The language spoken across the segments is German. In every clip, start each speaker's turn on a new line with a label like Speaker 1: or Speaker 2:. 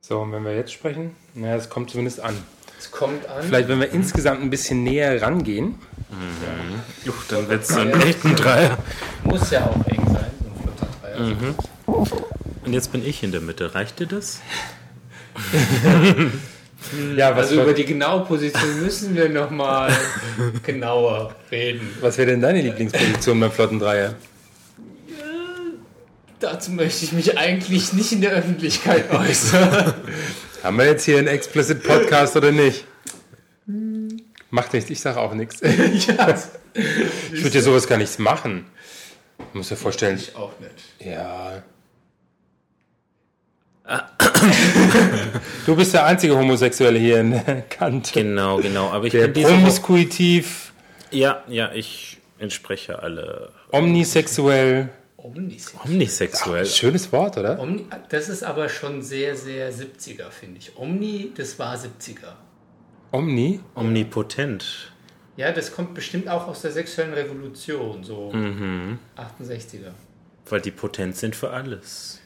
Speaker 1: So, und wenn wir jetzt sprechen, naja, es kommt zumindest an.
Speaker 2: Es kommt an.
Speaker 1: Vielleicht, wenn wir insgesamt ein bisschen näher rangehen.
Speaker 3: Juch, dann wird es so einen echten Dreier.
Speaker 2: Muss ja auch eng sein, so ein Flutter-Dreier.
Speaker 3: Und jetzt bin ich in der Mitte. Reicht dir das?
Speaker 1: Ja, was,
Speaker 2: Also über
Speaker 1: war,
Speaker 2: die genaue Position müssen wir nochmal genauer reden.
Speaker 1: was wäre denn deine Lieblingsposition beim Flottendreier?
Speaker 2: Dazu möchte ich mich eigentlich nicht in der Öffentlichkeit äußern.
Speaker 1: Haben wir jetzt hier einen explicit Podcast oder nicht? Macht nichts, ich sage auch nichts. Ich
Speaker 2: ja,
Speaker 1: würde dir sowas gar nichts machen. Muss dir vorstellen.
Speaker 2: ich auch nicht.
Speaker 1: Ja. Du bist der einzige Homosexuelle hier in Kant.
Speaker 3: Genau, genau. Aber ich
Speaker 1: Der
Speaker 3: bin diese Woche,
Speaker 1: promiskuitiv,
Speaker 3: Ja, ja, ich entspreche alle
Speaker 1: omnisexuell.
Speaker 2: Omnis.
Speaker 3: omnisexuell.
Speaker 1: Schönes Wort, oder?
Speaker 2: Omni, das ist aber schon sehr, sehr 70er, finde ich. Omni, das war 70er.
Speaker 1: Omni?
Speaker 3: omnipotent.
Speaker 2: Ja, das kommt bestimmt auch aus der sexuellen Revolution, so 68er.
Speaker 3: Weil die potent sind für alles.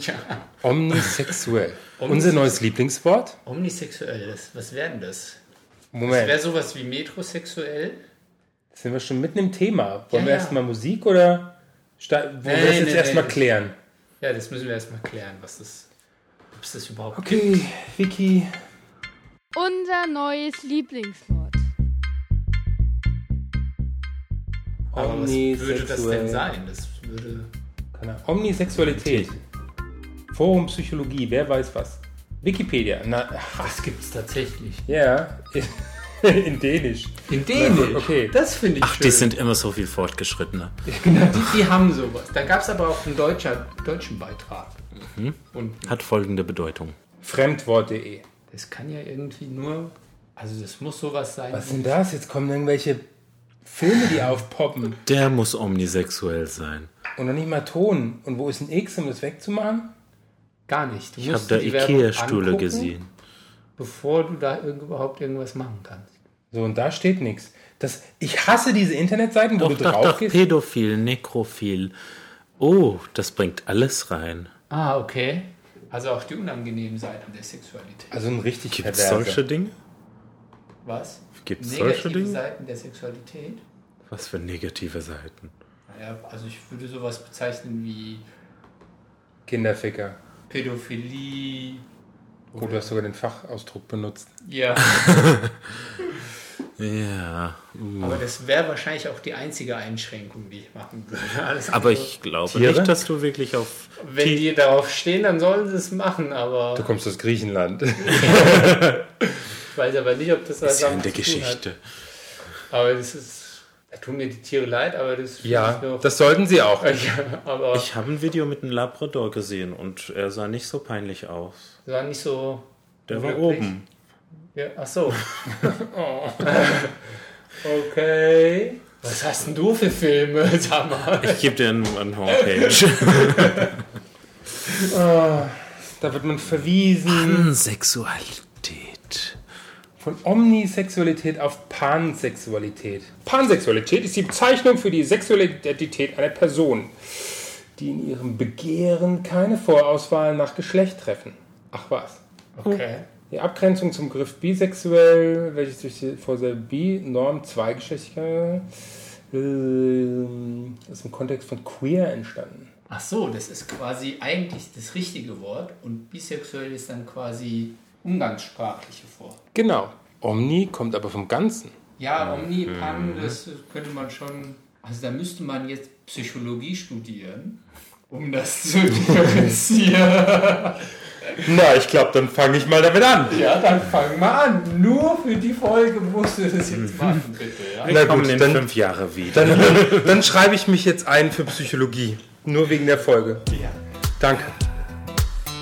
Speaker 2: ja.
Speaker 1: Omnisexuell. Unser neues Lieblingswort?
Speaker 2: Omnisexuell, das, was wäre denn das? Das wäre
Speaker 1: Moment,
Speaker 2: sowas wie metrosexuell?
Speaker 1: sind wir schon mitten im Thema. Wollen
Speaker 2: Ja,
Speaker 1: wir
Speaker 2: ja.
Speaker 1: erstmal Musik oder sta- wollen wir das
Speaker 2: nee,
Speaker 1: jetzt
Speaker 2: nee,
Speaker 1: erstmal
Speaker 2: nee.
Speaker 1: klären?
Speaker 2: Ja, das müssen wir erstmal klären, was das. Ob es das überhaupt
Speaker 1: Okay, Vicky.
Speaker 4: Unser neues Lieblingswort.
Speaker 2: Aber was würde das denn
Speaker 1: Omnisexuell.
Speaker 2: sein? Das würde.
Speaker 1: Keine Ahnung. Omnisexualität. Forum Psychologie, wer weiß was. Wikipedia. Na, ach,
Speaker 2: Was gibt's tatsächlich?
Speaker 1: ja. In Dänisch.
Speaker 2: In Dänisch.
Speaker 1: Okay.
Speaker 2: Das finde ich schön.
Speaker 3: Die sind immer so viel fortgeschrittener.
Speaker 2: die, die haben sowas. Da gab es aber auch einen deutscher, deutschen Beitrag.
Speaker 3: Mhm. Hat folgende Bedeutung.
Speaker 1: Fremdwort.de.
Speaker 2: Das kann ja irgendwie nur. Also das muss sowas sein.
Speaker 1: Was sind das? Jetzt kommen irgendwelche Filme, die aufpoppen.
Speaker 3: Der muss omnisexuell sein.
Speaker 1: Und noch nicht mal Ton. Und wo ist ein X, um das wegzumachen?
Speaker 2: Gar nicht. Du
Speaker 3: Ich habe
Speaker 2: musst
Speaker 3: da
Speaker 2: die Werbung
Speaker 3: Ikea-Stühle
Speaker 2: angucken,
Speaker 3: gesehen.
Speaker 2: Bevor du da irgend- überhaupt irgendwas machen kannst.
Speaker 1: So, und da steht nichts. Das, ich hasse diese Internetseiten, wo
Speaker 3: Doch,
Speaker 1: du
Speaker 3: doch, doch,
Speaker 1: draufgehst.
Speaker 3: pädophil, nekrophil. Oh, das bringt alles rein.
Speaker 2: Ah, okay. Also auch die unangenehmen Seiten der Sexualität.
Speaker 1: Also ein richtig
Speaker 3: Gibt es
Speaker 1: perverser.
Speaker 3: solche Dinge?
Speaker 2: Was?
Speaker 3: Gibt es solche
Speaker 2: Negative
Speaker 3: Dinge?
Speaker 2: Seiten der Sexualität?
Speaker 3: Was für negative Seiten.
Speaker 2: Naja, also ich würde sowas bezeichnen wie
Speaker 1: Kinderficker.
Speaker 2: Pädophilie.
Speaker 1: Gut, du hast sogar den Fachausdruck benutzt.
Speaker 2: Ja.
Speaker 3: Ja.
Speaker 2: Aber das wäre wahrscheinlich auch die einzige Einschränkung, die ich machen würde. Alles
Speaker 3: Aber
Speaker 2: andere-
Speaker 3: ich glaube
Speaker 1: Tiere?
Speaker 3: nicht, dass du wirklich auf.
Speaker 2: Wenn die darauf stehen, dann sollen sie es machen,
Speaker 1: Du
Speaker 2: aber
Speaker 1: kommst aus Griechenland.
Speaker 2: ich weiß aber nicht, ob das was
Speaker 3: Ist ja in
Speaker 2: damit
Speaker 3: der
Speaker 2: zu tun hat.
Speaker 3: Geschichte.
Speaker 2: Aber das ist. Da tun mir die Tiere leid, aber das ist
Speaker 1: ja,
Speaker 2: noch-
Speaker 1: das sollten sie auch.
Speaker 2: ja, aber
Speaker 3: Ich habe ein Video mit einem Labrador gesehen und er sah nicht so peinlich aus.
Speaker 2: war nicht so.
Speaker 3: Der war
Speaker 2: Wirklich?
Speaker 3: oben.
Speaker 2: Ja, ach so. Okay. Was hast denn du für Filme, sag mal?
Speaker 3: Ich gebe dir einen, einen Homepage.
Speaker 1: Da wird man verwiesen
Speaker 3: Sexualität.
Speaker 1: von Omnisexualität auf Pansexualität. Pansexualität ist die Bezeichnung für die sexuelle Identität einer Person, die in ihrem Begehren keine Vorauswahl nach Geschlecht treffen. Ach was.
Speaker 2: Okay.
Speaker 1: Die Abgrenzung zum Begriff bisexuell, welches durch die Vorsilbe bi, Norm, Zweigeschlechtlichkeit, ähm, ist im Kontext von queer entstanden.
Speaker 2: Ach so, das ist quasi eigentlich das richtige Wort und bisexuell ist dann quasi umgangssprachliche Form.
Speaker 1: Genau. Omni kommt aber vom Ganzen.
Speaker 2: Ja, Omni, Pan, das könnte man schon. Also da müsste man jetzt Psychologie studieren, um das zu differenzieren.
Speaker 1: Na, ich glaube, dann fange ich mal damit an.
Speaker 2: ja, dann fang mal an. Nur für die Folge musst du das jetzt machen, bitte. Ja?
Speaker 1: Na
Speaker 3: Kommen
Speaker 1: gut,
Speaker 3: in
Speaker 1: dann,
Speaker 3: fünf Jahre wieder.
Speaker 1: dann, dann, dann schreibe ich mich jetzt ein für Psychologie. Nur wegen der Folge.
Speaker 2: Ja.
Speaker 1: Danke.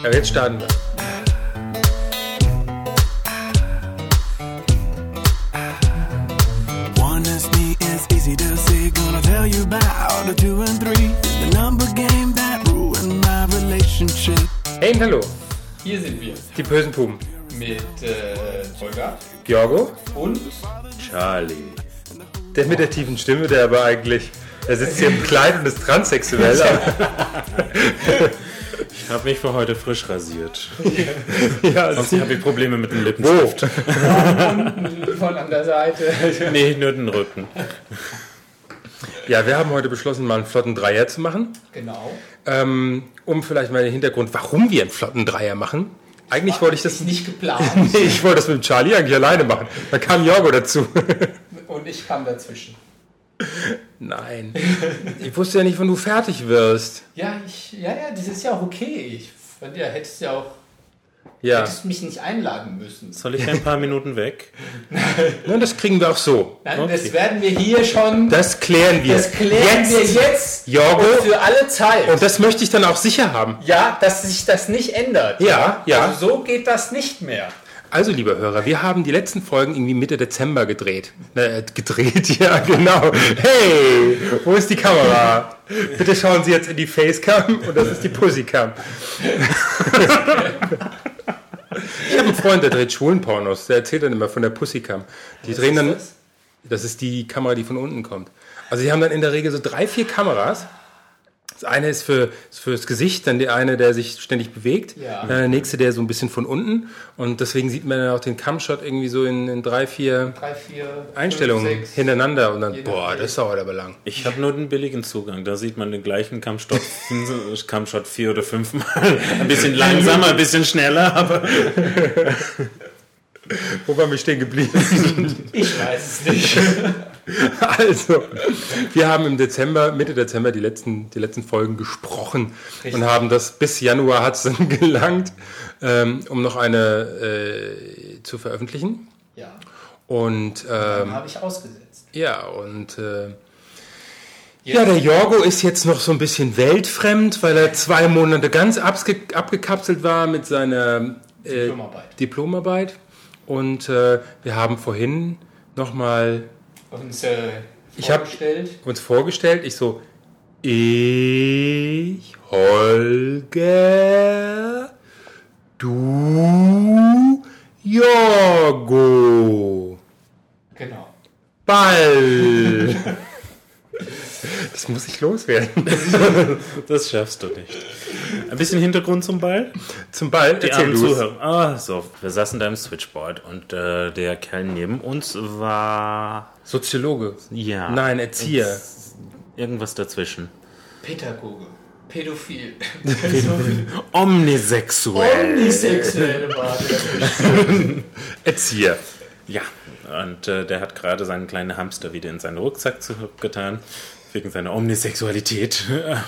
Speaker 1: Ja, jetzt starten wir.
Speaker 5: One is me is easy to see. Gonna tell you about the two and three. The number game that ruined my relationship.
Speaker 1: Hey und hallo,
Speaker 2: Hier sind wir
Speaker 1: die bösen Puben.
Speaker 2: mit äh, Holger
Speaker 1: Georgo,
Speaker 2: und
Speaker 3: Charlie.
Speaker 1: der mit der tiefen Stimme, der aber eigentlich... Er sitzt hier im Kleid und ist transsexuell. aber-
Speaker 3: Ich habe mich für heute frisch rasiert.
Speaker 1: Ja,
Speaker 3: Sonst habe ich Probleme mit dem Lippen.
Speaker 1: oh,
Speaker 2: Von an der Seite.
Speaker 3: Nee, nur den Rücken.
Speaker 1: ja, wir haben heute beschlossen, mal einen flotten Dreier zu machen.
Speaker 2: Genau.
Speaker 1: Ähm, um vielleicht mal den Hintergrund, warum wir einen flotten Dreier machen. Eigentlich wollte ich das.
Speaker 2: Ist nicht geplant.
Speaker 1: Nee, ich wollte das mit dem Charlie eigentlich alleine machen. Da kam Jorgo dazu.
Speaker 2: Und ich kam dazwischen.
Speaker 1: Nein. Ich wusste ja nicht, wann du fertig wirst.
Speaker 2: Ja, ich, ja, ja, das ist ja auch okay. Ich fand ja, hättest ja auch,
Speaker 1: Ja.
Speaker 2: hättest mich nicht einladen müssen.
Speaker 3: Soll ich ein paar Minuten weg?
Speaker 1: Nein, Ne, das kriegen wir auch so.
Speaker 2: Nein,
Speaker 3: Okay.
Speaker 2: das werden wir hier schon,
Speaker 1: Das klären wir.
Speaker 2: das klären
Speaker 1: jetzt.
Speaker 2: wir jetzt
Speaker 1: Jorgo.
Speaker 2: und für alle Zeit.
Speaker 1: Und das möchte ich dann auch sicher haben.
Speaker 2: ja, dass sich das nicht ändert.
Speaker 1: Ja, ja.
Speaker 2: Also so geht das nicht mehr.
Speaker 1: Also, liebe Hörer, wir haben die letzten Folgen irgendwie Mitte Dezember gedreht. Äh, gedreht, ja, genau. Hey, wo ist die Kamera? Bitte schauen Sie jetzt in die Facecam und das ist die Pussycam. Ich habe einen Freund, der dreht Schwulenpornos. Der erzählt dann immer von der Pussycam. Die drehen dann.
Speaker 2: das?
Speaker 1: Das ist die Kamera, die von unten kommt. Also die haben dann in der Regel so drei, vier Kameras. Das eine ist für ist fürs Gesicht, dann der eine, der sich ständig bewegt,
Speaker 2: Ja.
Speaker 1: dann der nächste, der so ein bisschen von unten. Und deswegen sieht man dann auch den Camshot irgendwie so in, in drei, vier
Speaker 2: Drei, vier,
Speaker 1: Einstellungen
Speaker 2: fünf, sechs.
Speaker 1: hintereinander. Und
Speaker 2: Je
Speaker 1: dann, boah,
Speaker 2: nachdem.
Speaker 1: das dauert aber lang.
Speaker 3: Ich habe nur den billigen Zugang. Da sieht man den gleichen Kampfstoff, Kampfshot vier oder fünfmal. Ein bisschen langsamer, ein bisschen schneller, aber
Speaker 1: Wo waren wir stehen geblieben?
Speaker 2: Ich weiß es nicht.
Speaker 1: Also, wir haben im Dezember, Mitte Dezember die letzten, die letzten Folgen gesprochen und haben das bis Januar hat es dann gelangt, ähm, um noch eine äh, zu veröffentlichen.
Speaker 2: Ja,
Speaker 1: Und ähm,
Speaker 2: habe ich ausgesetzt.
Speaker 1: ja, und äh, ja, der Jorgo ist jetzt noch so ein bisschen weltfremd, weil er zwei Monate ganz abge abgekapselt war mit seiner äh,
Speaker 2: Diplomarbeit.
Speaker 1: Diplomarbeit. Und äh, wir haben vorhin nochmal
Speaker 2: Und äh,
Speaker 1: Ich hab-
Speaker 2: vorgestellt.
Speaker 1: uns vorgestellt. Ich so, ich, Holger, du, Jorgo,
Speaker 2: Genau.
Speaker 1: Ball. Das muss ich loswerden.
Speaker 3: das schaffst du nicht. Ein bisschen Hintergrund zum Ball.
Speaker 1: Zum Ball,
Speaker 3: Die
Speaker 1: erzähl
Speaker 3: armen
Speaker 1: du.
Speaker 3: Zuhörer. Ah, so, wir saßen da im Switchboard und äh, der Kerl neben uns war
Speaker 1: Soziologe.
Speaker 3: ja
Speaker 1: Nein, Erzieher.
Speaker 3: irgendwas dazwischen.
Speaker 2: Pädagoge. Pädophil.
Speaker 3: Omnisexuell.
Speaker 2: Bisexuelle war der.
Speaker 1: Erzieher.
Speaker 3: Ja, und äh, der hat gerade seinen kleinen Hamster wieder in seinen Rucksack zurückgetan, wegen seiner Omnisexualität.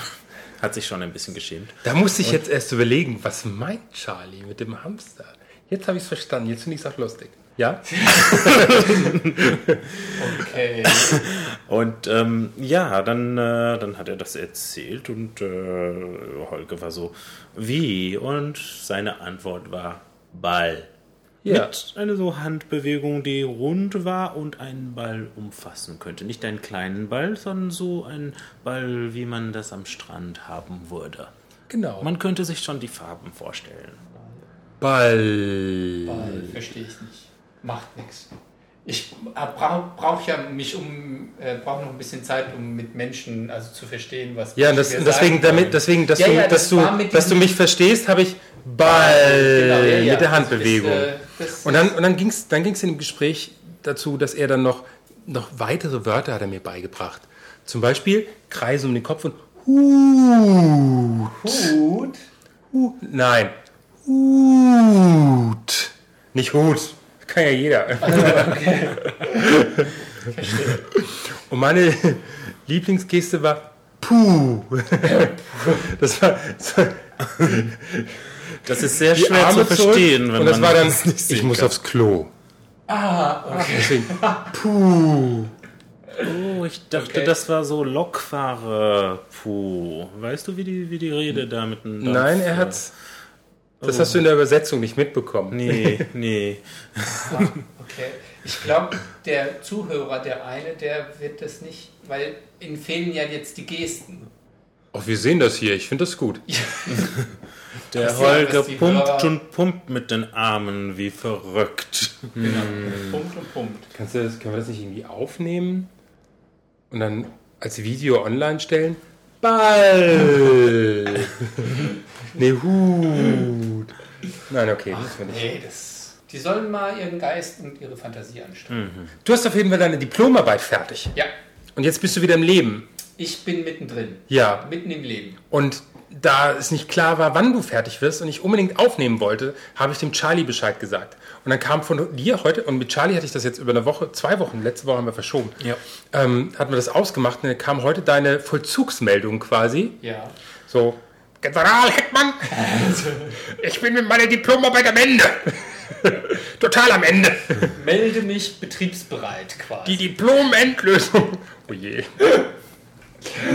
Speaker 3: hat sich schon ein bisschen geschämt.
Speaker 1: Da musste ich jetzt erst überlegen, was meint Charlie mit dem Hamster? Jetzt habe ich es verstanden. Jetzt finde ich es auch lustig. Ja?
Speaker 2: Okay.
Speaker 3: Und ähm, ja, dann, äh, dann hat er das erzählt und äh, Holger war so, wie? Und seine Antwort war Ball.
Speaker 1: Ja.
Speaker 3: Mit einer so Handbewegung, die rund war und einen Ball umfassen könnte. Nicht einen kleinen Ball, sondern so einen Ball, wie man das am Strand haben würde.
Speaker 1: Genau.
Speaker 3: Man könnte sich schon die Farben vorstellen.
Speaker 1: Ball.
Speaker 2: Äh, Verstehe ich nicht. Macht nichts. Ich brauche brauch ja mich um, äh, brauche noch ein bisschen Zeit, um mit Menschen also zu verstehen, was
Speaker 1: Ja,
Speaker 2: Menschen
Speaker 1: das,
Speaker 2: hier
Speaker 1: deswegen,
Speaker 2: sagen wollen.
Speaker 1: damit, deswegen, dass,
Speaker 2: Ja,
Speaker 1: du,
Speaker 2: ja,
Speaker 1: dass,
Speaker 2: das war
Speaker 1: du,
Speaker 2: mit
Speaker 1: dass du
Speaker 2: diesem-
Speaker 1: mich verstehst, habe ich Ball
Speaker 2: Genau, ja, ja.
Speaker 1: mit der
Speaker 2: Also
Speaker 1: Handbewegung.
Speaker 2: das, äh, das
Speaker 1: und dann, und dann ging es dann ging's in dem Gespräch dazu, dass er dann noch, noch weitere Wörter hat er mir beigebracht. Zum Beispiel Kreise um den Kopf und Hut.
Speaker 2: ist gut.
Speaker 1: Hut. Nein. Hut. Nicht Hut. Kann ja jeder. Und meine Lieblingsgeste war Puh. Das war so,
Speaker 3: Das ist sehr
Speaker 1: die
Speaker 3: schwer
Speaker 1: Arme
Speaker 3: zu verstehen,
Speaker 1: zurück,
Speaker 3: wenn
Speaker 1: und das
Speaker 3: man
Speaker 1: war dann,
Speaker 3: das nicht sehen
Speaker 1: ich muss
Speaker 3: kann.
Speaker 1: aufs Klo. Ah, okay. Deswegen, puh.
Speaker 3: Oh, ich dachte,
Speaker 2: Okay.
Speaker 3: das war so Lokfahrer. Puh. Weißt du, wie die, wie die Rede da mit dem Dampf-
Speaker 1: Nein, er hat's. Das hast du in der Übersetzung nicht mitbekommen.
Speaker 3: Nee, nee.
Speaker 2: Okay. Ich glaube, der Zuhörer, der eine, der wird das nicht, weil ihnen fehlen ja jetzt die Gesten.
Speaker 1: Oh, wir sehen das hier. Ich finde das gut.
Speaker 3: Der
Speaker 2: Das ist ja,
Speaker 3: Holger
Speaker 2: was die
Speaker 3: pumpt
Speaker 2: Hörer-
Speaker 3: und pumpt mit den Armen wie verrückt.
Speaker 2: Genau.
Speaker 1: Mhm.
Speaker 2: Punkt und Punkt.
Speaker 1: Kannst du das, können wir das nicht irgendwie aufnehmen und dann als Video online stellen? Ball! Nee, Hut. Nein, okay, das will ich.
Speaker 2: Nee, das. Die sollen mal ihren Geist und ihre Fantasie
Speaker 1: Mhm.
Speaker 2: anstrengen.
Speaker 1: Du hast auf jeden Fall deine Diplomarbeit fertig.
Speaker 2: Ja,
Speaker 1: Und jetzt bist du wieder im Leben.
Speaker 2: ich bin mittendrin.
Speaker 1: Ja.
Speaker 2: Mitten im Leben.
Speaker 1: Und da es nicht klar war, wann du fertig wirst und ich unbedingt aufnehmen wollte, habe ich dem Charlie Bescheid gesagt. Und dann kam von dir heute, und mit Charlie hatte ich das jetzt über eine Woche, zwei Wochen, letzte Woche haben wir verschoben,
Speaker 3: Ja.
Speaker 1: ähm, hatten wir das ausgemacht und dann kam heute deine Vollzugsmeldung quasi.
Speaker 2: Ja.
Speaker 1: So, General Heckmann, ich bin mit meiner Diplomarbeit am Ende. Total am Ende.
Speaker 2: Melde mich betriebsbereit quasi.
Speaker 1: Die Diplom-Endlösung. Oh je.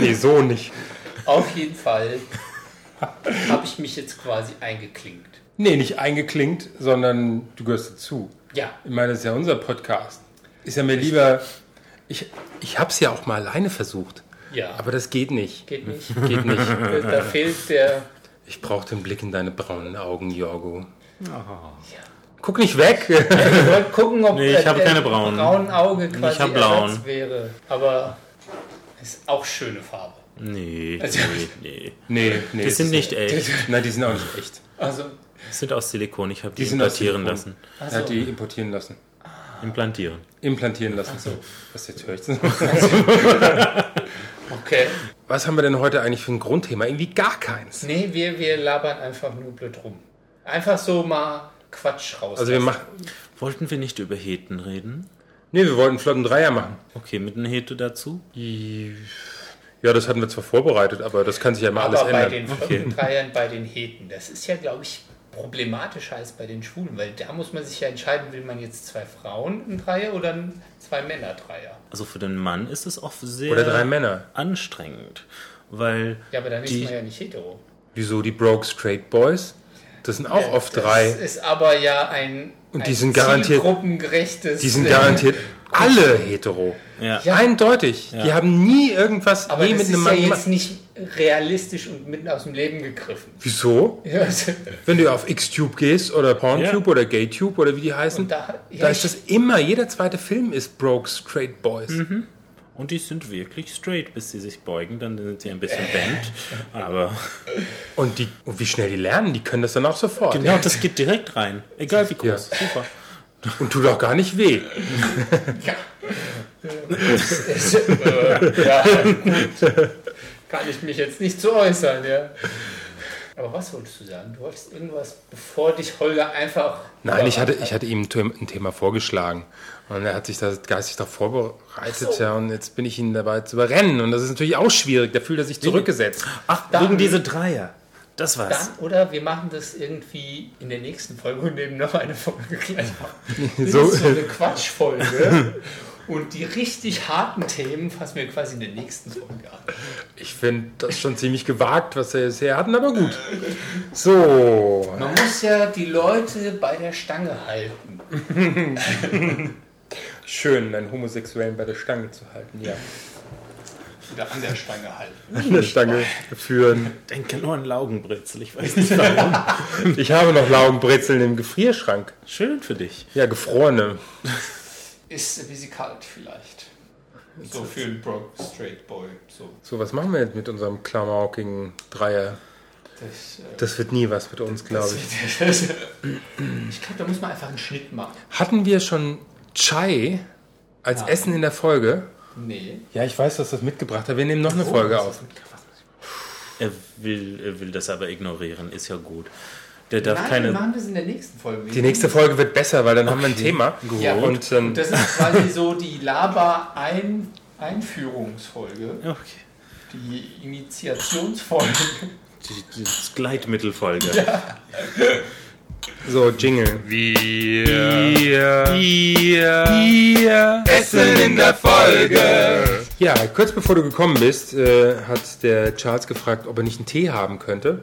Speaker 1: Nee, so nicht.
Speaker 2: Auf jeden Fall habe ich mich jetzt quasi eingeklinkt.
Speaker 1: Nee, nicht eingeklinkt, sondern du gehörst dazu.
Speaker 2: Ja.
Speaker 1: Ich meine, das ist ja unser Podcast. Ist ja mir lieber. Ich, ich hab's ja auch mal alleine versucht.
Speaker 2: Ja.
Speaker 1: Aber das geht nicht.
Speaker 2: Geht nicht.
Speaker 1: Geht nicht.
Speaker 2: Da fehlt der.
Speaker 1: Ich brauch den Blick in deine braunen Augen, Jorgo. Guck nicht weg.
Speaker 2: Ich wollte gucken, ob
Speaker 3: Nee, ich
Speaker 2: äh,
Speaker 3: habe
Speaker 2: der
Speaker 3: keine braunen.
Speaker 2: braunen Auge quasi
Speaker 3: hab blauen.
Speaker 2: Ersatz wäre. Aber ist auch schöne Farbe.
Speaker 3: Nee,
Speaker 2: Also-
Speaker 3: nee, nee.
Speaker 1: Nee, nee.
Speaker 3: Die
Speaker 1: das
Speaker 3: sind
Speaker 1: ist
Speaker 3: nicht echt.
Speaker 1: Nein, die sind auch nicht echt.
Speaker 2: Also,
Speaker 3: Die sind aus Silikon. Ich habe die,
Speaker 1: Die sind aus
Speaker 3: implantieren
Speaker 1: Silikon.
Speaker 3: lassen.
Speaker 1: Er hat die importieren lassen.
Speaker 3: Implantieren.
Speaker 1: Implantieren lassen. So. Was jetzt höre ich?
Speaker 2: okay.
Speaker 1: Was haben wir denn heute eigentlich für ein Grundthema? Irgendwie gar keins.
Speaker 2: Nee, wir, wir labern einfach nur blöd rum. Einfach so mal Quatsch raus.
Speaker 1: Also wir machen.
Speaker 3: Wollten wir nicht über Heten reden?
Speaker 1: Nee, wir wollten einen flotten Dreier machen.
Speaker 3: Okay, mit einer Hete dazu?
Speaker 1: Ja, das hatten wir zwar vorbereitet, aber das kann sich ja immer
Speaker 2: Aber
Speaker 1: alles
Speaker 2: bei
Speaker 1: ändern.
Speaker 2: den Dreiern, bei den Heten, das ist ja, glaube ich, problematischer als bei den Schwulen, weil da muss man sich ja entscheiden, will man jetzt zwei Frauen ein Dreier oder ein- zwei Männer Dreier.
Speaker 3: Also für den Mann ist es oft sehr
Speaker 1: Oder drei Männer.
Speaker 3: anstrengend. Weil
Speaker 2: Ja, aber dann ist
Speaker 3: Die-
Speaker 2: man ja nicht hetero.
Speaker 1: Wieso die Broke Straight Boys? Das sind auch oft
Speaker 2: Das
Speaker 1: drei.
Speaker 2: ist aber ja ein,
Speaker 1: Und
Speaker 2: ein
Speaker 1: die sind garantiert-
Speaker 2: zielgruppengerechtes.
Speaker 1: Die sind
Speaker 2: äh,
Speaker 1: garantiert alle hetero.
Speaker 3: ja,
Speaker 2: Ja.
Speaker 1: Eindeutig. Die haben nie irgendwas
Speaker 2: Aber
Speaker 1: je
Speaker 2: das
Speaker 1: mit
Speaker 2: ist
Speaker 1: einem
Speaker 2: ja
Speaker 1: Mann
Speaker 2: jetzt
Speaker 1: gemacht.
Speaker 2: nicht realistisch und mitten aus dem Leben gegriffen.
Speaker 1: Wieso?
Speaker 2: Ja, also,
Speaker 1: Wenn du auf Xtube gehst oder Porntube
Speaker 3: Ja.
Speaker 1: oder Gaytube oder wie die heißen,
Speaker 2: und da, ja,
Speaker 1: da ist das immer, jeder zweite Film ist Broke Straight Boys.
Speaker 3: und die sind wirklich straight, bis sie sich beugen, dann sind sie ein bisschen bent. Aber
Speaker 1: Und, die, und wie schnell die lernen, die können das dann auch sofort.
Speaker 3: genau, das geht direkt rein. Egal wie groß. Super.
Speaker 1: Und tut auch gar nicht weh.
Speaker 2: Ja. äh, ja, gut. Kann ich mich jetzt nicht zu äußern, ja. Aber was wolltest du sagen? Du wolltest irgendwas, bevor dich Holger einfach.
Speaker 1: Nein, ich hatte, ich hatte ihm ein Thema- ein Thema vorgeschlagen. Und er hat sich da geistig darauf vorbereitet, ja, und jetzt bin ich ihn dabei zu überrennen. Und das ist natürlich auch schwierig, da fühlt er sich zurückgesetzt.
Speaker 3: Ach,
Speaker 2: Dann-
Speaker 3: wegen diese Dreier. Das war's.
Speaker 2: Dann, oder wir machen das irgendwie in der nächsten Folge und nehmen noch eine Folge gleich auf. Das
Speaker 1: Also, So.
Speaker 2: ist so eine Quatschfolge. Und die richtig harten Themen fassen wir quasi in der nächsten Folge an.
Speaker 1: Ich finde das schon ziemlich gewagt, was wir bisher hatten, aber gut. So,
Speaker 2: Man muss ja die Leute bei der Stange halten.
Speaker 1: schön, einen Homosexuellen bei der Stange zu halten, ja.
Speaker 2: Oder an der Stange halten.
Speaker 1: An der Stange führen.
Speaker 3: Denke nur an Laugenbritzel. Ich weiß nicht warum.
Speaker 1: Ich habe noch Laugenbrezeln im Gefrierschrank.
Speaker 3: Schön für dich.
Speaker 1: Ja, gefrorene.
Speaker 2: Ist ein bisschen kalt vielleicht. So für einen Broke Straight Boy. So.
Speaker 1: So, was machen wir jetzt mit unserem klamaukigen Dreier?
Speaker 2: Das, äh,
Speaker 1: Das wird nie was mit uns, glaube ich.
Speaker 2: ich glaube, da muss man einfach einen Schnitt machen.
Speaker 1: Hatten wir schon Chai als Essen in der Folge? Oh.
Speaker 2: Nee. Oh,
Speaker 1: Ja, ich weiß, dass das mitgebracht hat. Wir nehmen noch eine Folge auf.
Speaker 3: Er will, er will das aber ignorieren. Ist ja gut. Der darf
Speaker 2: Nein,
Speaker 3: keine.
Speaker 2: wir machen das in der nächsten Folge.
Speaker 1: Die nächste Folge wird besser, weil dann haben wir ein Thema.
Speaker 2: Ja,
Speaker 1: Und ähm, dann,
Speaker 2: Das ist quasi so die Laber-Einführungsfolge,
Speaker 3: Okay.
Speaker 2: die Initiationsfolge.
Speaker 3: Die, die das Gleitmittelfolge.
Speaker 1: so, Jingle.
Speaker 5: Essen in der Folge.
Speaker 1: Ja, kurz bevor du gekommen bist, äh, hat der Charles gefragt, ob er nicht einen Tee haben könnte.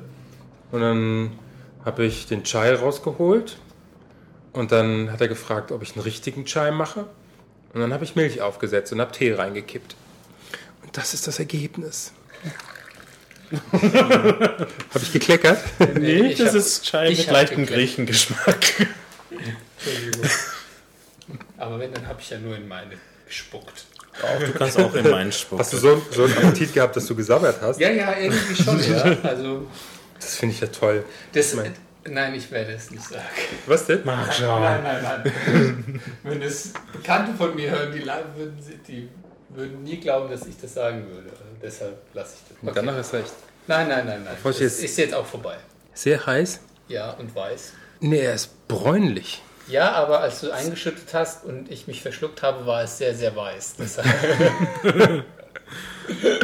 Speaker 1: Und dann habe ich den Chai rausgeholt. Und dann hat er gefragt, ob ich einen richtigen Chai mache. Und dann habe ich Milch aufgesetzt und habe Tee reingekippt. Und das ist das Ergebnis. habe ich gekleckert?
Speaker 3: Nee,
Speaker 2: ich
Speaker 3: das
Speaker 2: hab-
Speaker 3: ist Chai
Speaker 2: ich
Speaker 3: mit
Speaker 2: hab
Speaker 3: leichtem
Speaker 2: geklärt.
Speaker 3: Griechengeschmack.
Speaker 2: Entschuldigung. Aber wenn, dann habe ich ja nur in meine gespuckt.
Speaker 3: Du kannst auch in meinen Spruch.
Speaker 1: Hast du so, so einen Appetit gehabt, dass du gesabbert hast?
Speaker 2: Ja, ja, irgendwie schon, ja. Also,
Speaker 1: Das finde ich ja toll.
Speaker 2: Das, nein, ich werde es nicht sagen.
Speaker 1: Was denn?
Speaker 2: Nein, nein, nein. Wenn es Bekannte von mir hören, die, la- würden, sie- die würden nie glauben, dass ich das sagen würde. Deshalb lasse ich das.
Speaker 1: Und danach ist recht.
Speaker 2: Nein, nein, nein, nein.
Speaker 1: wollte
Speaker 2: Das
Speaker 1: jetzt-
Speaker 2: ist jetzt auch vorbei.
Speaker 1: Sehr heiß.
Speaker 2: Ja, und weiß.
Speaker 1: Nee, er ist bräunlich.
Speaker 2: Ja, aber als du eingeschüttet hast und ich mich verschluckt habe, war es sehr, sehr weiß. Deshalb.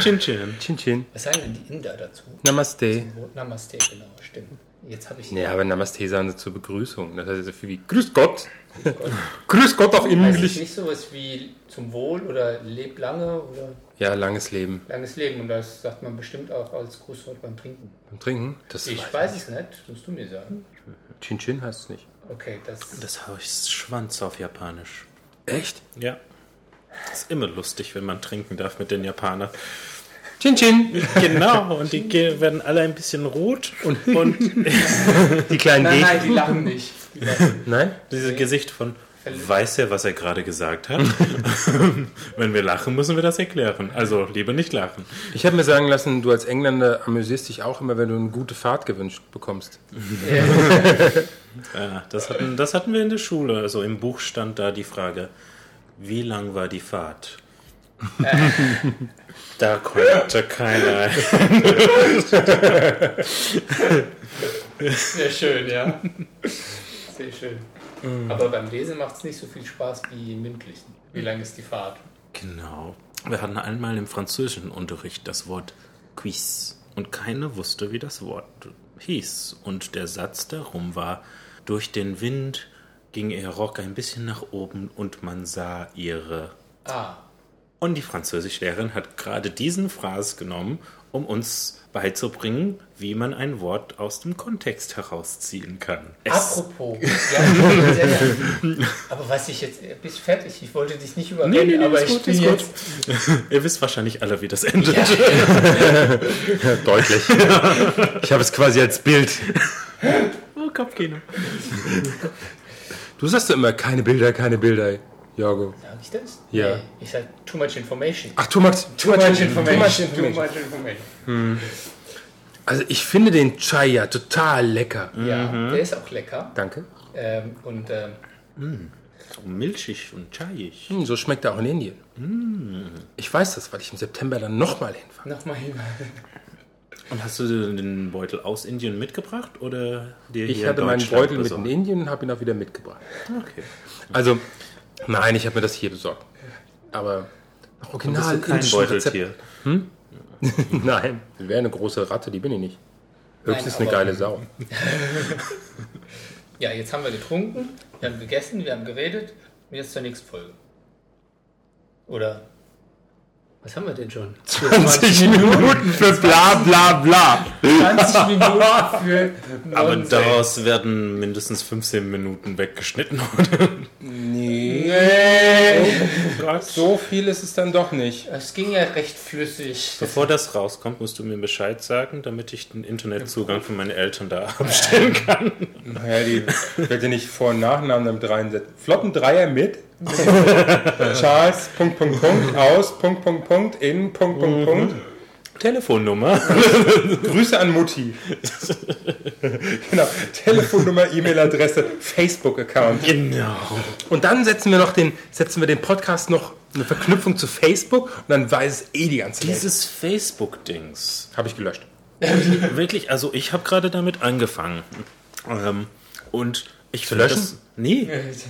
Speaker 3: Chin Chin.
Speaker 1: Chin Chin.
Speaker 2: Was sagen denn die Inder dazu?
Speaker 1: Namaste.
Speaker 2: Namaste, genau, stimmt. Jetzt habe ich.
Speaker 1: Nee, aber Namaste sagen sie zur Begrüßung. Das heißt so viel wie Grüß Gott. Grüß Gott auf
Speaker 2: Heißt es
Speaker 1: Englisch.
Speaker 2: nicht sowas wie zum Wohl oder leb lange oder
Speaker 1: Ja, langes Leben.
Speaker 2: langes Leben. Und das sagt man bestimmt auch als Grußwort beim Trinken.
Speaker 1: Beim Trinken? Das
Speaker 2: Ich weiß es nicht, das musst du mir sagen.
Speaker 1: Chin Chin heißt es nicht.
Speaker 2: Okay, das.
Speaker 3: Das heißt Schwanz auf Japanisch.
Speaker 1: Echt?
Speaker 3: Ja. Ist immer lustig, wenn man trinken darf mit den Japanern.
Speaker 1: Chin Chin.
Speaker 3: Genau, und die ge- werden alle ein bisschen rot und, und
Speaker 1: Die kleinen
Speaker 2: Nein, nein,
Speaker 1: D.
Speaker 2: die lachen nicht. Die lachen.
Speaker 1: Nein?
Speaker 3: dieses Gesicht von weiß er, was er gerade gesagt hat. wenn wir lachen, müssen wir das erklären. Also lieber nicht lachen.
Speaker 1: Ich habe mir sagen lassen, du als Engländer amüsierst dich auch immer, wenn du eine gute Fahrt gewünscht bekommst.
Speaker 3: Ja, Ah, das hatten, das hatten wir in der Schule. Also im Buch stand da die Frage, wie lang war die Fahrt? da konnte keiner.
Speaker 2: Sehr schön, ja. Sehr schön. Aber beim Lesen macht es nicht so viel Spaß wie im Mündlichen. Wie lang ist die Fahrt?
Speaker 3: Genau. Wir hatten einmal im französischen Unterricht das Wort Quiz und keiner wusste, wie das Wort hieß. Und der Satz darum war, durch den Wind ging ihr Rock ein bisschen nach oben und man sah ihre
Speaker 2: Ah,
Speaker 3: Und die Französischlehrerin hat gerade diesen Phrase genommen, um uns beizubringen, wie man ein Wort aus dem Kontext herausziehen kann. Es
Speaker 2: apropos. Ja, sehr gerne. Aber was ich jetzt. Bist fertig? Ich wollte dich nicht
Speaker 3: nee,
Speaker 2: überrennen,
Speaker 3: nee, nee,
Speaker 2: aber
Speaker 3: aber
Speaker 2: ich
Speaker 3: ist gut,
Speaker 2: bin
Speaker 3: ist gut.
Speaker 2: jetzt.
Speaker 3: Ihr wisst wahrscheinlich alle, wie das endet.
Speaker 1: Deutlich. Ich habe es quasi als Bild.
Speaker 3: Oh, Kopfkino.
Speaker 1: Du sagst doch immer, keine Bilder, keine Bilder, Jago.
Speaker 2: Sag ich Ah, das?
Speaker 1: Ja.
Speaker 2: Nee, ich sag too much information.
Speaker 1: Ach, too much, too much, Too much information. Hm.
Speaker 2: Too much information.
Speaker 1: Also ich finde den Chai ja total lecker.
Speaker 2: Ja,
Speaker 3: Mhm.
Speaker 2: der ist auch lecker.
Speaker 1: Danke.
Speaker 2: Ähm, und ähm,
Speaker 3: So milchig und chaiig.
Speaker 1: Hm, so schmeckt er auch in Indien. Ich weiß das, weil ich im September dann nochmal hinfahre.
Speaker 2: nochmal hin.
Speaker 3: Und hast du den Beutel aus Indien mitgebracht oder dir
Speaker 1: Ich
Speaker 3: hier
Speaker 1: hatte
Speaker 3: in
Speaker 1: meinen
Speaker 3: Deutschland
Speaker 1: Beutel mit in
Speaker 3: besorgt?
Speaker 1: Indien und habe ihn auch wieder mitgebracht.
Speaker 3: Okay.
Speaker 1: Also, nein, ich habe mir das hier besorgt. Aber original
Speaker 3: Bist du kein
Speaker 1: indischen
Speaker 3: Beuteltier?
Speaker 1: Rezept- Nein, wäre eine große Ratte, die bin ich nicht. Höchstens
Speaker 2: Nein,
Speaker 1: eine
Speaker 2: aber-
Speaker 1: geile Sau.
Speaker 2: Ja, jetzt haben wir getrunken, wir haben gegessen, wir haben geredet und jetzt zur nächsten Folge. Oder was haben wir denn schon?
Speaker 1: 20 Minuten für bla bla bla.
Speaker 2: 20 Minuten für
Speaker 3: Aber
Speaker 1: äh,
Speaker 2: Nonsens.
Speaker 3: daraus werden mindestens 15 Minuten weggeschnitten, oder?
Speaker 1: So viel ist es dann doch nicht.
Speaker 2: Es ging ja recht flüssig.
Speaker 3: Bevor das rauskommt, musst du mir Bescheid sagen, damit ich den Internetzugang für meine Eltern da abstellen kann.
Speaker 1: Naja, die bitte nicht Vor- und Nachnamen damit reinsetzen. Flotten Dreier mit. Charles, Punkt, Punkt, Punkt, aus, Punkt, Punkt, Punkt, in, Punkt, Punkt, Punkt.
Speaker 3: Telefonnummer.
Speaker 1: Grüße an Mutti. genau. Telefonnummer, E-Mail-Adresse, Facebook-Account.
Speaker 3: Genau.
Speaker 1: Und dann setzen wir noch den, setzen wir den Podcast noch eine Verknüpfung zu Facebook und dann weiß es eh die ganze Welt.
Speaker 3: Dieses Facebook-Dings.
Speaker 1: Habe ich gelöscht.
Speaker 3: Wirklich, also ich habe gerade damit angefangen. Ähm, und ich finde
Speaker 1: löschen?
Speaker 3: das. Nee.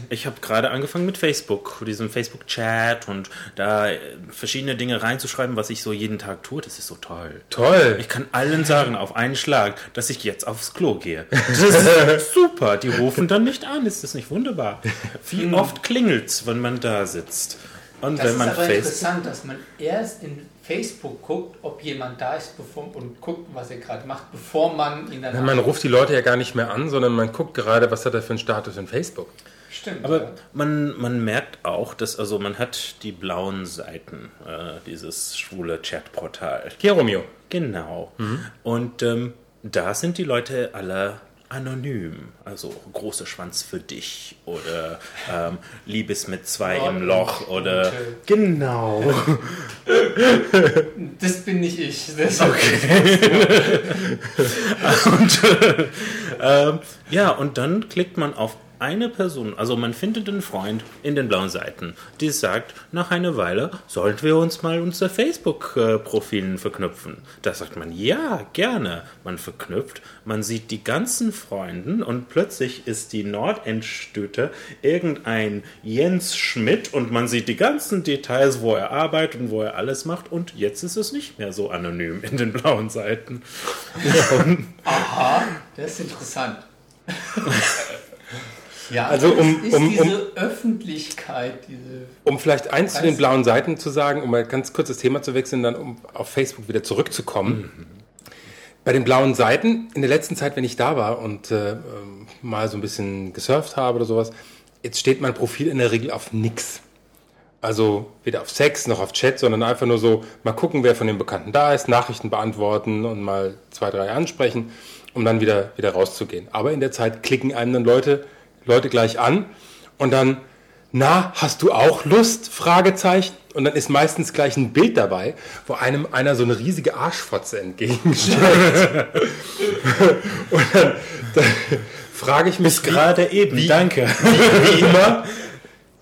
Speaker 3: Ich habe gerade angefangen mit Facebook, diesem Facebook-Chat und da äh, verschiedene Dinge reinzuschreiben, was ich so jeden Tag tue. Das ist so toll.
Speaker 1: Toll.
Speaker 3: Ich kann allen sagen auf einen Schlag, dass ich jetzt aufs Klo gehe. Das ist super. Die rufen dann nicht an. Ist das nicht wunderbar? Wie oft klingelt's, wenn man da sitzt? Und
Speaker 2: Hm. Das
Speaker 3: wenn man
Speaker 2: ist aber
Speaker 3: Face
Speaker 2: interessant, dass man erst in Facebook guckt, ob jemand da ist bevor, und guckt, was er gerade macht, bevor man ihn dann...
Speaker 1: Man ruft die Leute ja gar nicht mehr an, sondern man guckt gerade, was hat er für einen Status in Facebook.
Speaker 2: Stimmt.
Speaker 3: Aber man, man merkt auch, dass also man hat die blauen Seiten äh, dieses schwule Chatportal.
Speaker 1: Hier, Romeo.
Speaker 3: Genau. Und ähm, da sind die Leute alle anonym. Also großer Schwanz für dich oder ähm, Liebes mit zwei im Loch oder
Speaker 2: Ordnung.
Speaker 3: genau.
Speaker 2: Das bin nicht ich. Das
Speaker 3: Und, äh, ähm, ja, und dann klickt man auf eine Person, also man findet einen Freund in den blauen Seiten, die sagt, nach einer Weile sollten wir uns mal unser Facebook-Profilen verknüpfen. Da sagt man, ja, gerne. Man verknüpft, man sieht die ganzen Freunden und plötzlich ist die Nordendstüte irgendein Jens Schmidt und man sieht die ganzen Details, wo er arbeitet und wo er alles macht und jetzt ist es nicht mehr so anonym in den blauen Seiten.
Speaker 2: Das ist interessant. ja,
Speaker 1: Also, um-
Speaker 2: es ist
Speaker 1: um- um-
Speaker 2: diese Öffentlichkeit, diese.
Speaker 1: Um vielleicht eins zu den blauen Seiten zu sagen, um mal ganz kurz das Thema zu wechseln, dann um auf Facebook wieder zurückzukommen. Bei den blauen Seiten, in der letzten Zeit, wenn ich da war und äh, ähm, mal so ein bisschen gesurft habe oder sowas, jetzt steht mein Profil in der Regel auf nix. Also weder auf Sex noch auf Chat, sondern einfach nur so, mal gucken, wer von den Bekannten da ist, Nachrichten beantworten und mal zwei, drei ansprechen, um dann wieder, wieder rauszugehen. Aber in der Zeit klicken einem dann Leute, Leute gleich an und dann, na, hast du auch Lust? Fragezeichen. Und dann ist meistens gleich ein Bild dabei, wo einem einer so eine riesige Arschfotze entgegenstellt. und dann, dann frage ich mich wie-
Speaker 3: Gerade eben, danke.
Speaker 1: wie immer,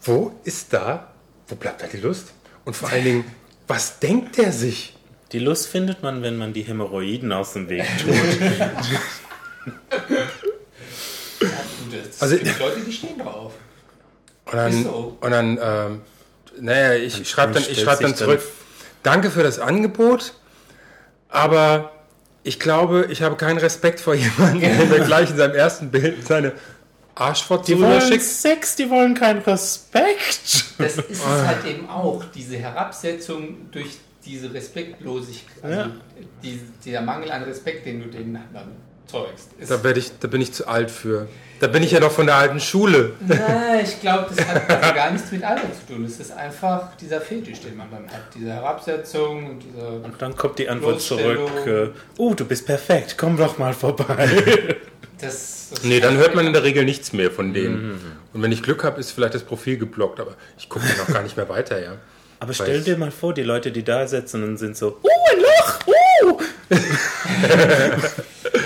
Speaker 1: wo ist da, wo bleibt da die Lust? Und vor allen Dingen, was denkt der sich?
Speaker 3: Die Lust findet man, wenn man die Hämorrhoiden aus dem Weg tut.
Speaker 2: Du, das
Speaker 1: Also-
Speaker 2: also, gibt Leute, die stehen drauf.
Speaker 1: Und dann,
Speaker 2: Ist so.
Speaker 1: und dann ähm, naja, ich schreibe dann, ich
Speaker 3: stellt
Speaker 1: schreib dann
Speaker 3: sich
Speaker 1: zurück, danke für das Angebot, aber ich glaube, ich habe keinen Respekt vor jemandem, der gleich in seinem ersten Bild seine Arschfotze rüberschickt.
Speaker 3: Sex, die wollen keinen Respekt.
Speaker 2: Das ist es halt eben auch, diese Herabsetzung durch diese Respektlosigkeit, also
Speaker 3: Ja.
Speaker 2: die, dieser Mangel an Respekt, den du den anderen zeugst. Ist,
Speaker 1: Da, werd ich, da bin ich zu alt für. Da bin ich ja noch von der alten Schule.
Speaker 2: na, ich glaube, das hat also gar nichts mit Alter zu tun. Es ist einfach dieser Fetisch, den man dann hat, diese Herabsetzung und dieser
Speaker 3: Und dann kommt die Antwort
Speaker 2: Bloßstellung.
Speaker 3: zurück. Äh, oh, du bist perfekt, komm doch mal vorbei.
Speaker 2: das, das
Speaker 1: Nee, dann hört man in der Regel nichts mehr von denen. Und wenn ich Glück habe, ist vielleicht das Profil geblockt, aber ich gucke dann auch gar nicht mehr weiter, ja.
Speaker 3: Aber
Speaker 1: Weiß.
Speaker 3: stell dir mal vor, die Leute, die da sitzen und sind so, oh, ein Loch, oh.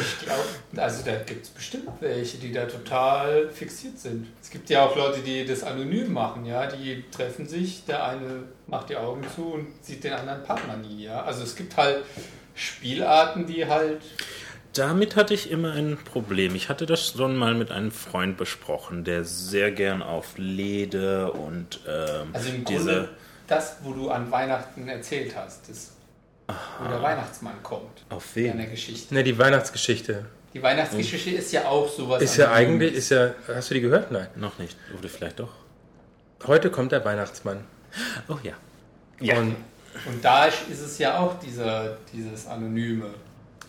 Speaker 2: Ich glaub, also da gibt es bestimmt welche, die da total fixiert sind. Es gibt ja auch Leute, die das anonym machen, ja. Die treffen sich, der eine macht die Augen zu und sieht den anderen Partner nie, ja. Also es gibt halt Spielarten, die halt.
Speaker 3: Damit hatte ich immer ein Problem. Ich hatte das schon mal mit einem Freund besprochen, der sehr gern auf Lede und ähm,
Speaker 2: Also im Grunde
Speaker 3: diese...
Speaker 2: das, wo du an Weihnachten erzählt hast, das, wo der Weihnachtsmann kommt.
Speaker 3: Auf
Speaker 2: In deiner
Speaker 3: wen?
Speaker 2: Geschichte.
Speaker 1: Ne, die Weihnachtsgeschichte.
Speaker 2: Die Weihnachtsgeschichte ist ja auch sowas.
Speaker 1: Ist ja
Speaker 2: Anonymes.
Speaker 1: eigentlich, ist ja, hast du die gehört? Nein.
Speaker 3: Noch nicht. Oder vielleicht doch.
Speaker 1: Heute kommt der Weihnachtsmann.
Speaker 3: Oh ja.
Speaker 1: Und
Speaker 2: Und da ist es ja auch dieser, dieses Anonyme.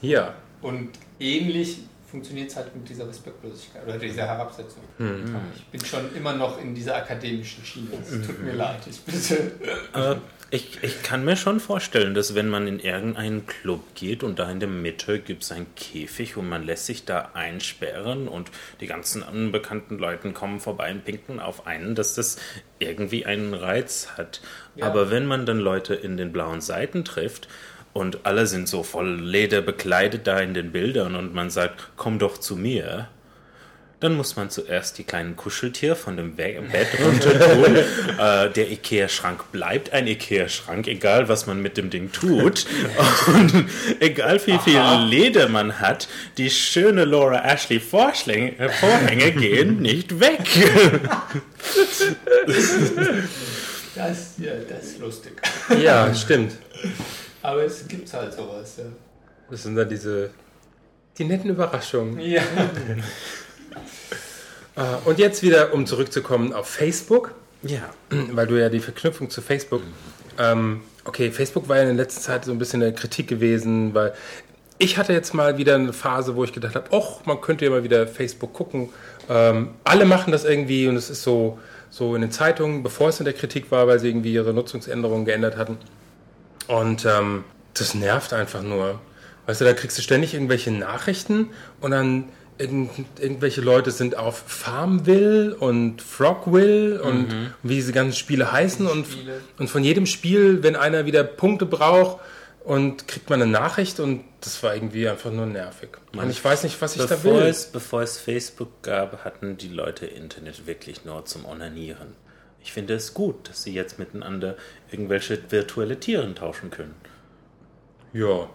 Speaker 1: hier.
Speaker 2: Und ähnlich funktioniert es halt mit dieser Respektlosigkeit oder dieser Herabsetzung.
Speaker 1: Hm.
Speaker 2: Ich bin schon immer noch in dieser akademischen Schiene. Es tut
Speaker 1: Mhm.
Speaker 2: mir leid. Ich bitte.
Speaker 3: Äh, ich, ich kann mir schon vorstellen, dass wenn man in irgendeinen Club geht und da in der Mitte gibt es einen Käfig und man lässt sich da einsperren und die ganzen unbekannten Leuten kommen vorbei und pinken auf einen, dass das irgendwie einen Reiz hat. Aber wenn man dann Leute in den blauen Seiten trifft und alle sind so voll Leder bekleidet da in den Bildern und man sagt, komm doch zu mir, dann muss man zuerst die kleinen Kuscheltier von dem Be Bett runter tun. äh, der Ikea-Schrank bleibt ein Ikea-Schrank, egal was man mit dem Ding tut. Und egal wie viel Leder man hat, die schöne Laura Ashley Vorschlänge, äh, Vorhänge gehen nicht weg.
Speaker 2: Das, ja, das ist lustig.
Speaker 1: Ja, stimmt.
Speaker 2: Aber es gibt halt sowas. Ja.
Speaker 1: Das sind dann diese, die netten Überraschungen.
Speaker 2: ja.
Speaker 1: Ah, Und jetzt wieder, um zurückzukommen auf Facebook.
Speaker 3: ja.
Speaker 1: weil du ja die Verknüpfung zu Facebook. Ähm, okay, Facebook war ja in der letzten Zeit so ein bisschen eine Kritik gewesen, weil ich hatte jetzt mal wieder eine Phase, wo ich gedacht habe, och, man könnte ja mal wieder Facebook gucken. Ähm, alle machen das irgendwie und es ist so, so in den Zeitungen, bevor es in der Kritik war, weil sie irgendwie ihre Nutzungsänderungen geändert hatten. Und ähm, das nervt einfach nur. Weißt du, da kriegst du ständig irgendwelche Nachrichten und dann, irgend, irgendwelche Leute sind auf Farmville und Frogville und wie diese ganzen Spiele heißen. Und,
Speaker 2: Spiele.
Speaker 1: und von jedem Spiel, wenn einer wieder Punkte braucht und kriegt man eine Nachricht und das war irgendwie einfach nur nervig. und ich weiß nicht, was ich da
Speaker 3: Bevor
Speaker 1: will.
Speaker 3: es, bevor es Facebook gab, hatten die Leute Internet wirklich nur zum Onanieren. Ich finde es gut, dass sie jetzt miteinander irgendwelche virtuelle Tieren tauschen können.
Speaker 1: Ja.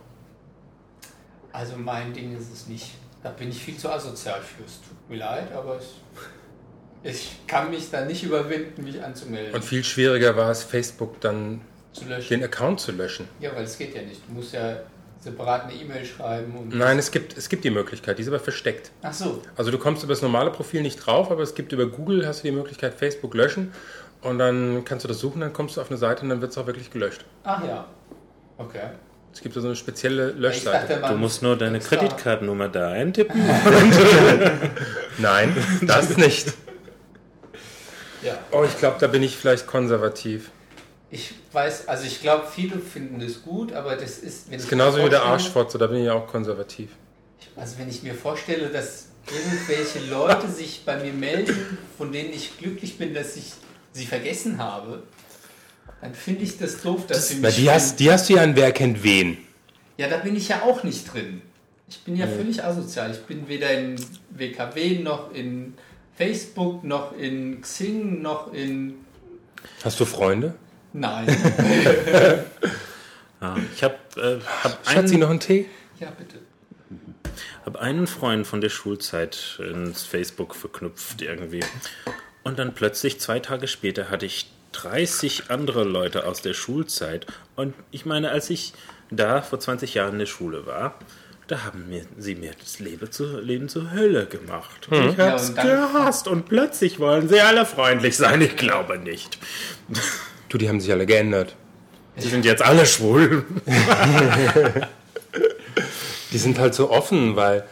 Speaker 2: Also mein Ding ist es nicht. Da bin ich viel zu asozial für. Es tut mir leid, aber ich, ich kann mich da nicht überwinden, mich anzumelden.
Speaker 1: Und viel schwieriger war es, Facebook dann
Speaker 2: zu löschen.
Speaker 1: den Account zu löschen.
Speaker 2: Ja, weil es geht ja nicht. Du musst ja separat eine E-Mail schreiben und.
Speaker 1: Nein, es gibt, es gibt die Möglichkeit, die ist aber versteckt.
Speaker 2: Ach so.
Speaker 1: Also du kommst über das normale Profil nicht drauf, aber es gibt über Google, hast du die Möglichkeit, Facebook löschen. Und dann kannst du das suchen, dann kommst du auf eine Seite und dann wird es auch wirklich gelöscht.
Speaker 2: Ach ja. Okay.
Speaker 1: Es gibt so eine spezielle
Speaker 2: Ich dachte,
Speaker 1: Löschseite.
Speaker 2: man
Speaker 3: Du musst nur deine
Speaker 2: extra-
Speaker 3: Kreditkartennummer da eintippen.
Speaker 1: Nein, das nicht.
Speaker 2: Ja.
Speaker 1: Oh, ich glaube, da bin ich vielleicht konservativ.
Speaker 2: Ich weiß, also ich glaube, viele finden das gut, aber das ist, wenn
Speaker 1: Das
Speaker 2: ich
Speaker 1: ist genauso
Speaker 2: mir
Speaker 1: wie der
Speaker 2: vorstelle-
Speaker 1: Arschfotze, da bin ich auch konservativ.
Speaker 2: Also wenn ich mir vorstelle, dass irgendwelche Leute sich bei mir melden, von denen ich glücklich bin, dass ich sie vergessen habe, dann finde ich das doof, dass sie mich. finden.
Speaker 1: die hast du ja an Wer kennt wen.
Speaker 2: ja, da bin ich ja auch nicht drin. Ich bin ja völlig asozial. Ich bin weder in WKW noch in Facebook noch in Xing noch in
Speaker 1: Hast du Freunde?
Speaker 2: Nein.
Speaker 3: Ja, ich habe äh, hab
Speaker 1: Schatzi,
Speaker 3: einen,
Speaker 1: noch einen Tee?
Speaker 2: ja, bitte.
Speaker 3: hab einen Freund von der Schulzeit ins Facebook verknüpft irgendwie. Und dann plötzlich zwei Tage später hatte ich 30 andere Leute aus der Schulzeit. Und ich meine, als ich da vor 20 Jahren in der Schule war, da haben mir, sie mir das Leben zur, Leben zur Hölle gemacht. Ich
Speaker 2: Hm. Ja,
Speaker 3: hab's
Speaker 2: und dann-
Speaker 3: gehasst und plötzlich wollen sie alle freundlich sein. Ich glaube nicht.
Speaker 1: Du, die haben sich alle geändert.
Speaker 3: Die sind jetzt alle schwul.
Speaker 1: Die sind halt so offen, weil,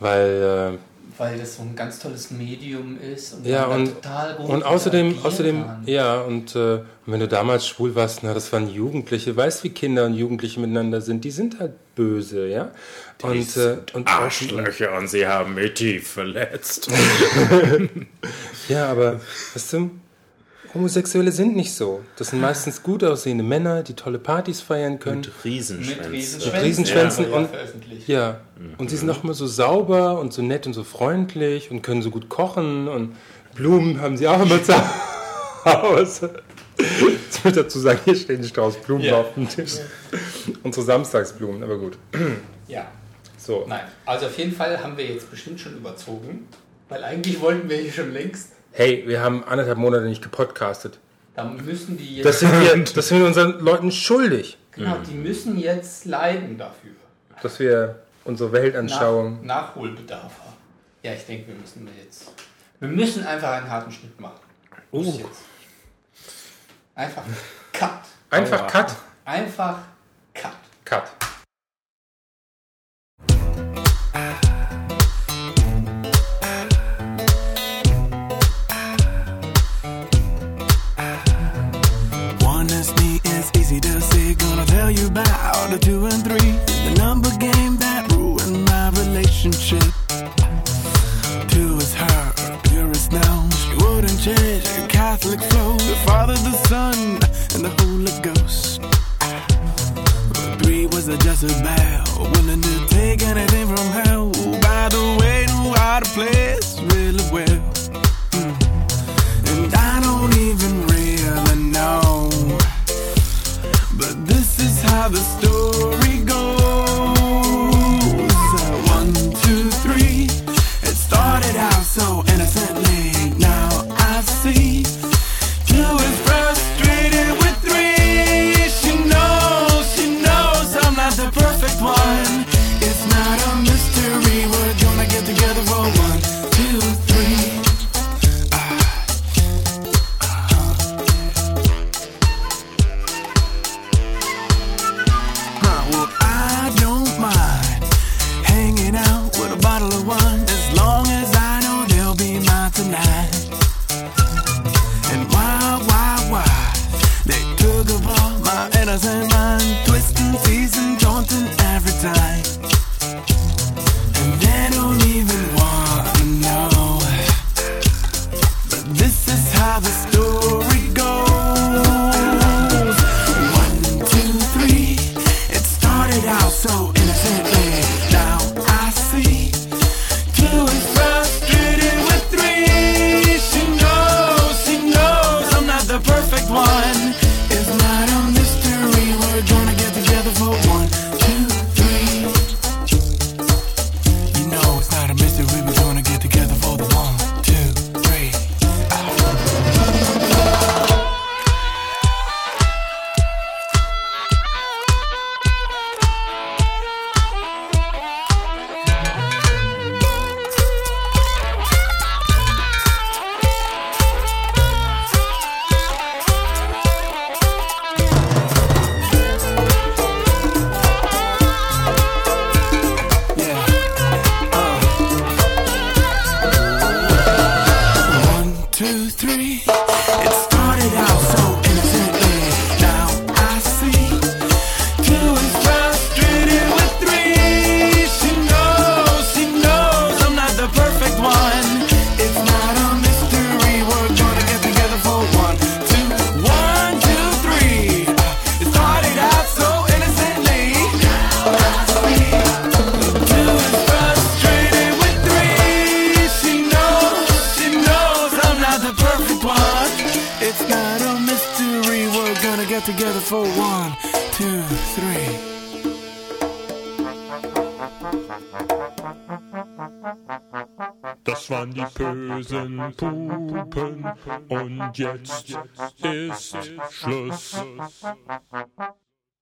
Speaker 1: weil äh,
Speaker 2: Weil das so ein ganz tolles Medium ist und
Speaker 1: Ja,
Speaker 2: man da
Speaker 1: und,
Speaker 2: total gut
Speaker 1: und außerdem,
Speaker 2: interagieren
Speaker 1: außerdem
Speaker 2: kann.
Speaker 1: ja, und äh, wenn du damals schwul warst, na, das waren Jugendliche, weißt wie Kinder und Jugendliche miteinander sind, die sind halt böse, ja? Und, äh, und
Speaker 3: Arschlöcher und sie haben mich tief verletzt.
Speaker 1: Ja, aber weißt du, Homosexuelle sind nicht so. Das sind meistens gut aussehende Männer, die tolle Partys feiern können.
Speaker 3: Mit Riesenschwänzen.
Speaker 2: Mit Riesenschwänzen.
Speaker 1: Riesenschwänzen
Speaker 2: Ja, aber ja,
Speaker 1: und-
Speaker 2: veröffentlicht.
Speaker 1: Ja.
Speaker 2: Mhm.
Speaker 1: Und sie sind auch immer so sauber und so nett und so freundlich und können so gut kochen und Blumen haben sie auch immer zu Hause. Jetzt muss ich dazu sagen, hier stehen Strauß Blumen
Speaker 2: Ja.
Speaker 1: auf dem Tisch. Unsere Samstagsblumen, aber gut.
Speaker 2: Ja,
Speaker 1: So.
Speaker 2: nein. Also auf jeden Fall haben wir jetzt bestimmt schon überzogen, weil eigentlich wollten wir hier schon längst.
Speaker 1: Hey, wir haben anderthalb Monate nicht gepodcastet.
Speaker 2: Da müssen die jetzt.
Speaker 1: Das sind wir, das sind wir unseren Leuten schuldig,
Speaker 2: genau, die müssen jetzt leiden dafür.
Speaker 1: dass wir unsere Weltanschauung.
Speaker 2: Nach, Nachholbedarf haben. Ja, ich denke, wir müssen jetzt. Wir müssen einfach einen harten Schnitt machen. Muss
Speaker 3: Uh.
Speaker 2: Jetzt. Einfach cut.
Speaker 1: Einfach Cut.
Speaker 2: Einfach cut.
Speaker 1: Cut.
Speaker 5: Honesty is easy to see. Gonna tell you about the two and three. The number game that ruined my relationship. Two is her, pure as now. She wouldn't change. A Catholic flow. The Father, the Son, and the Holy Ghost. Three was a Jezebel. Willing to take anything from hell. By the way, knew how to play this really well. And I don't even really know. But this is how the story goes. One, two, three. It started out so innocently. Now I see. Two is frustrated with three. She knows, she knows I'm not the perfect one. It's not a mystery. We're gonna get together for one, two, three. how the story goes. One, two, three. It started out so innocently. Now I see. Two is frustrated with three. She knows, she knows I'm not the perfect one. It's not a mystery. We're gonna get together for one, two, three. You know it's not a mystery. We're gonna get together for the one, two, three. Yeah. One, two, three. It started out so innocently. Now I see. Two is frustrated with three. She knows, she knows I'm not the perfect one. It's not a mystery. We're gonna get together for one, two, one, two, three. It started out so innocently. Now I see. Two is frustrated with three. She knows, she knows I'm not the perfect one. It's not a mystery. We're gonna get together for one, two, three.
Speaker 6: Das waren die bösen Pupen und jetzt ist Schluss.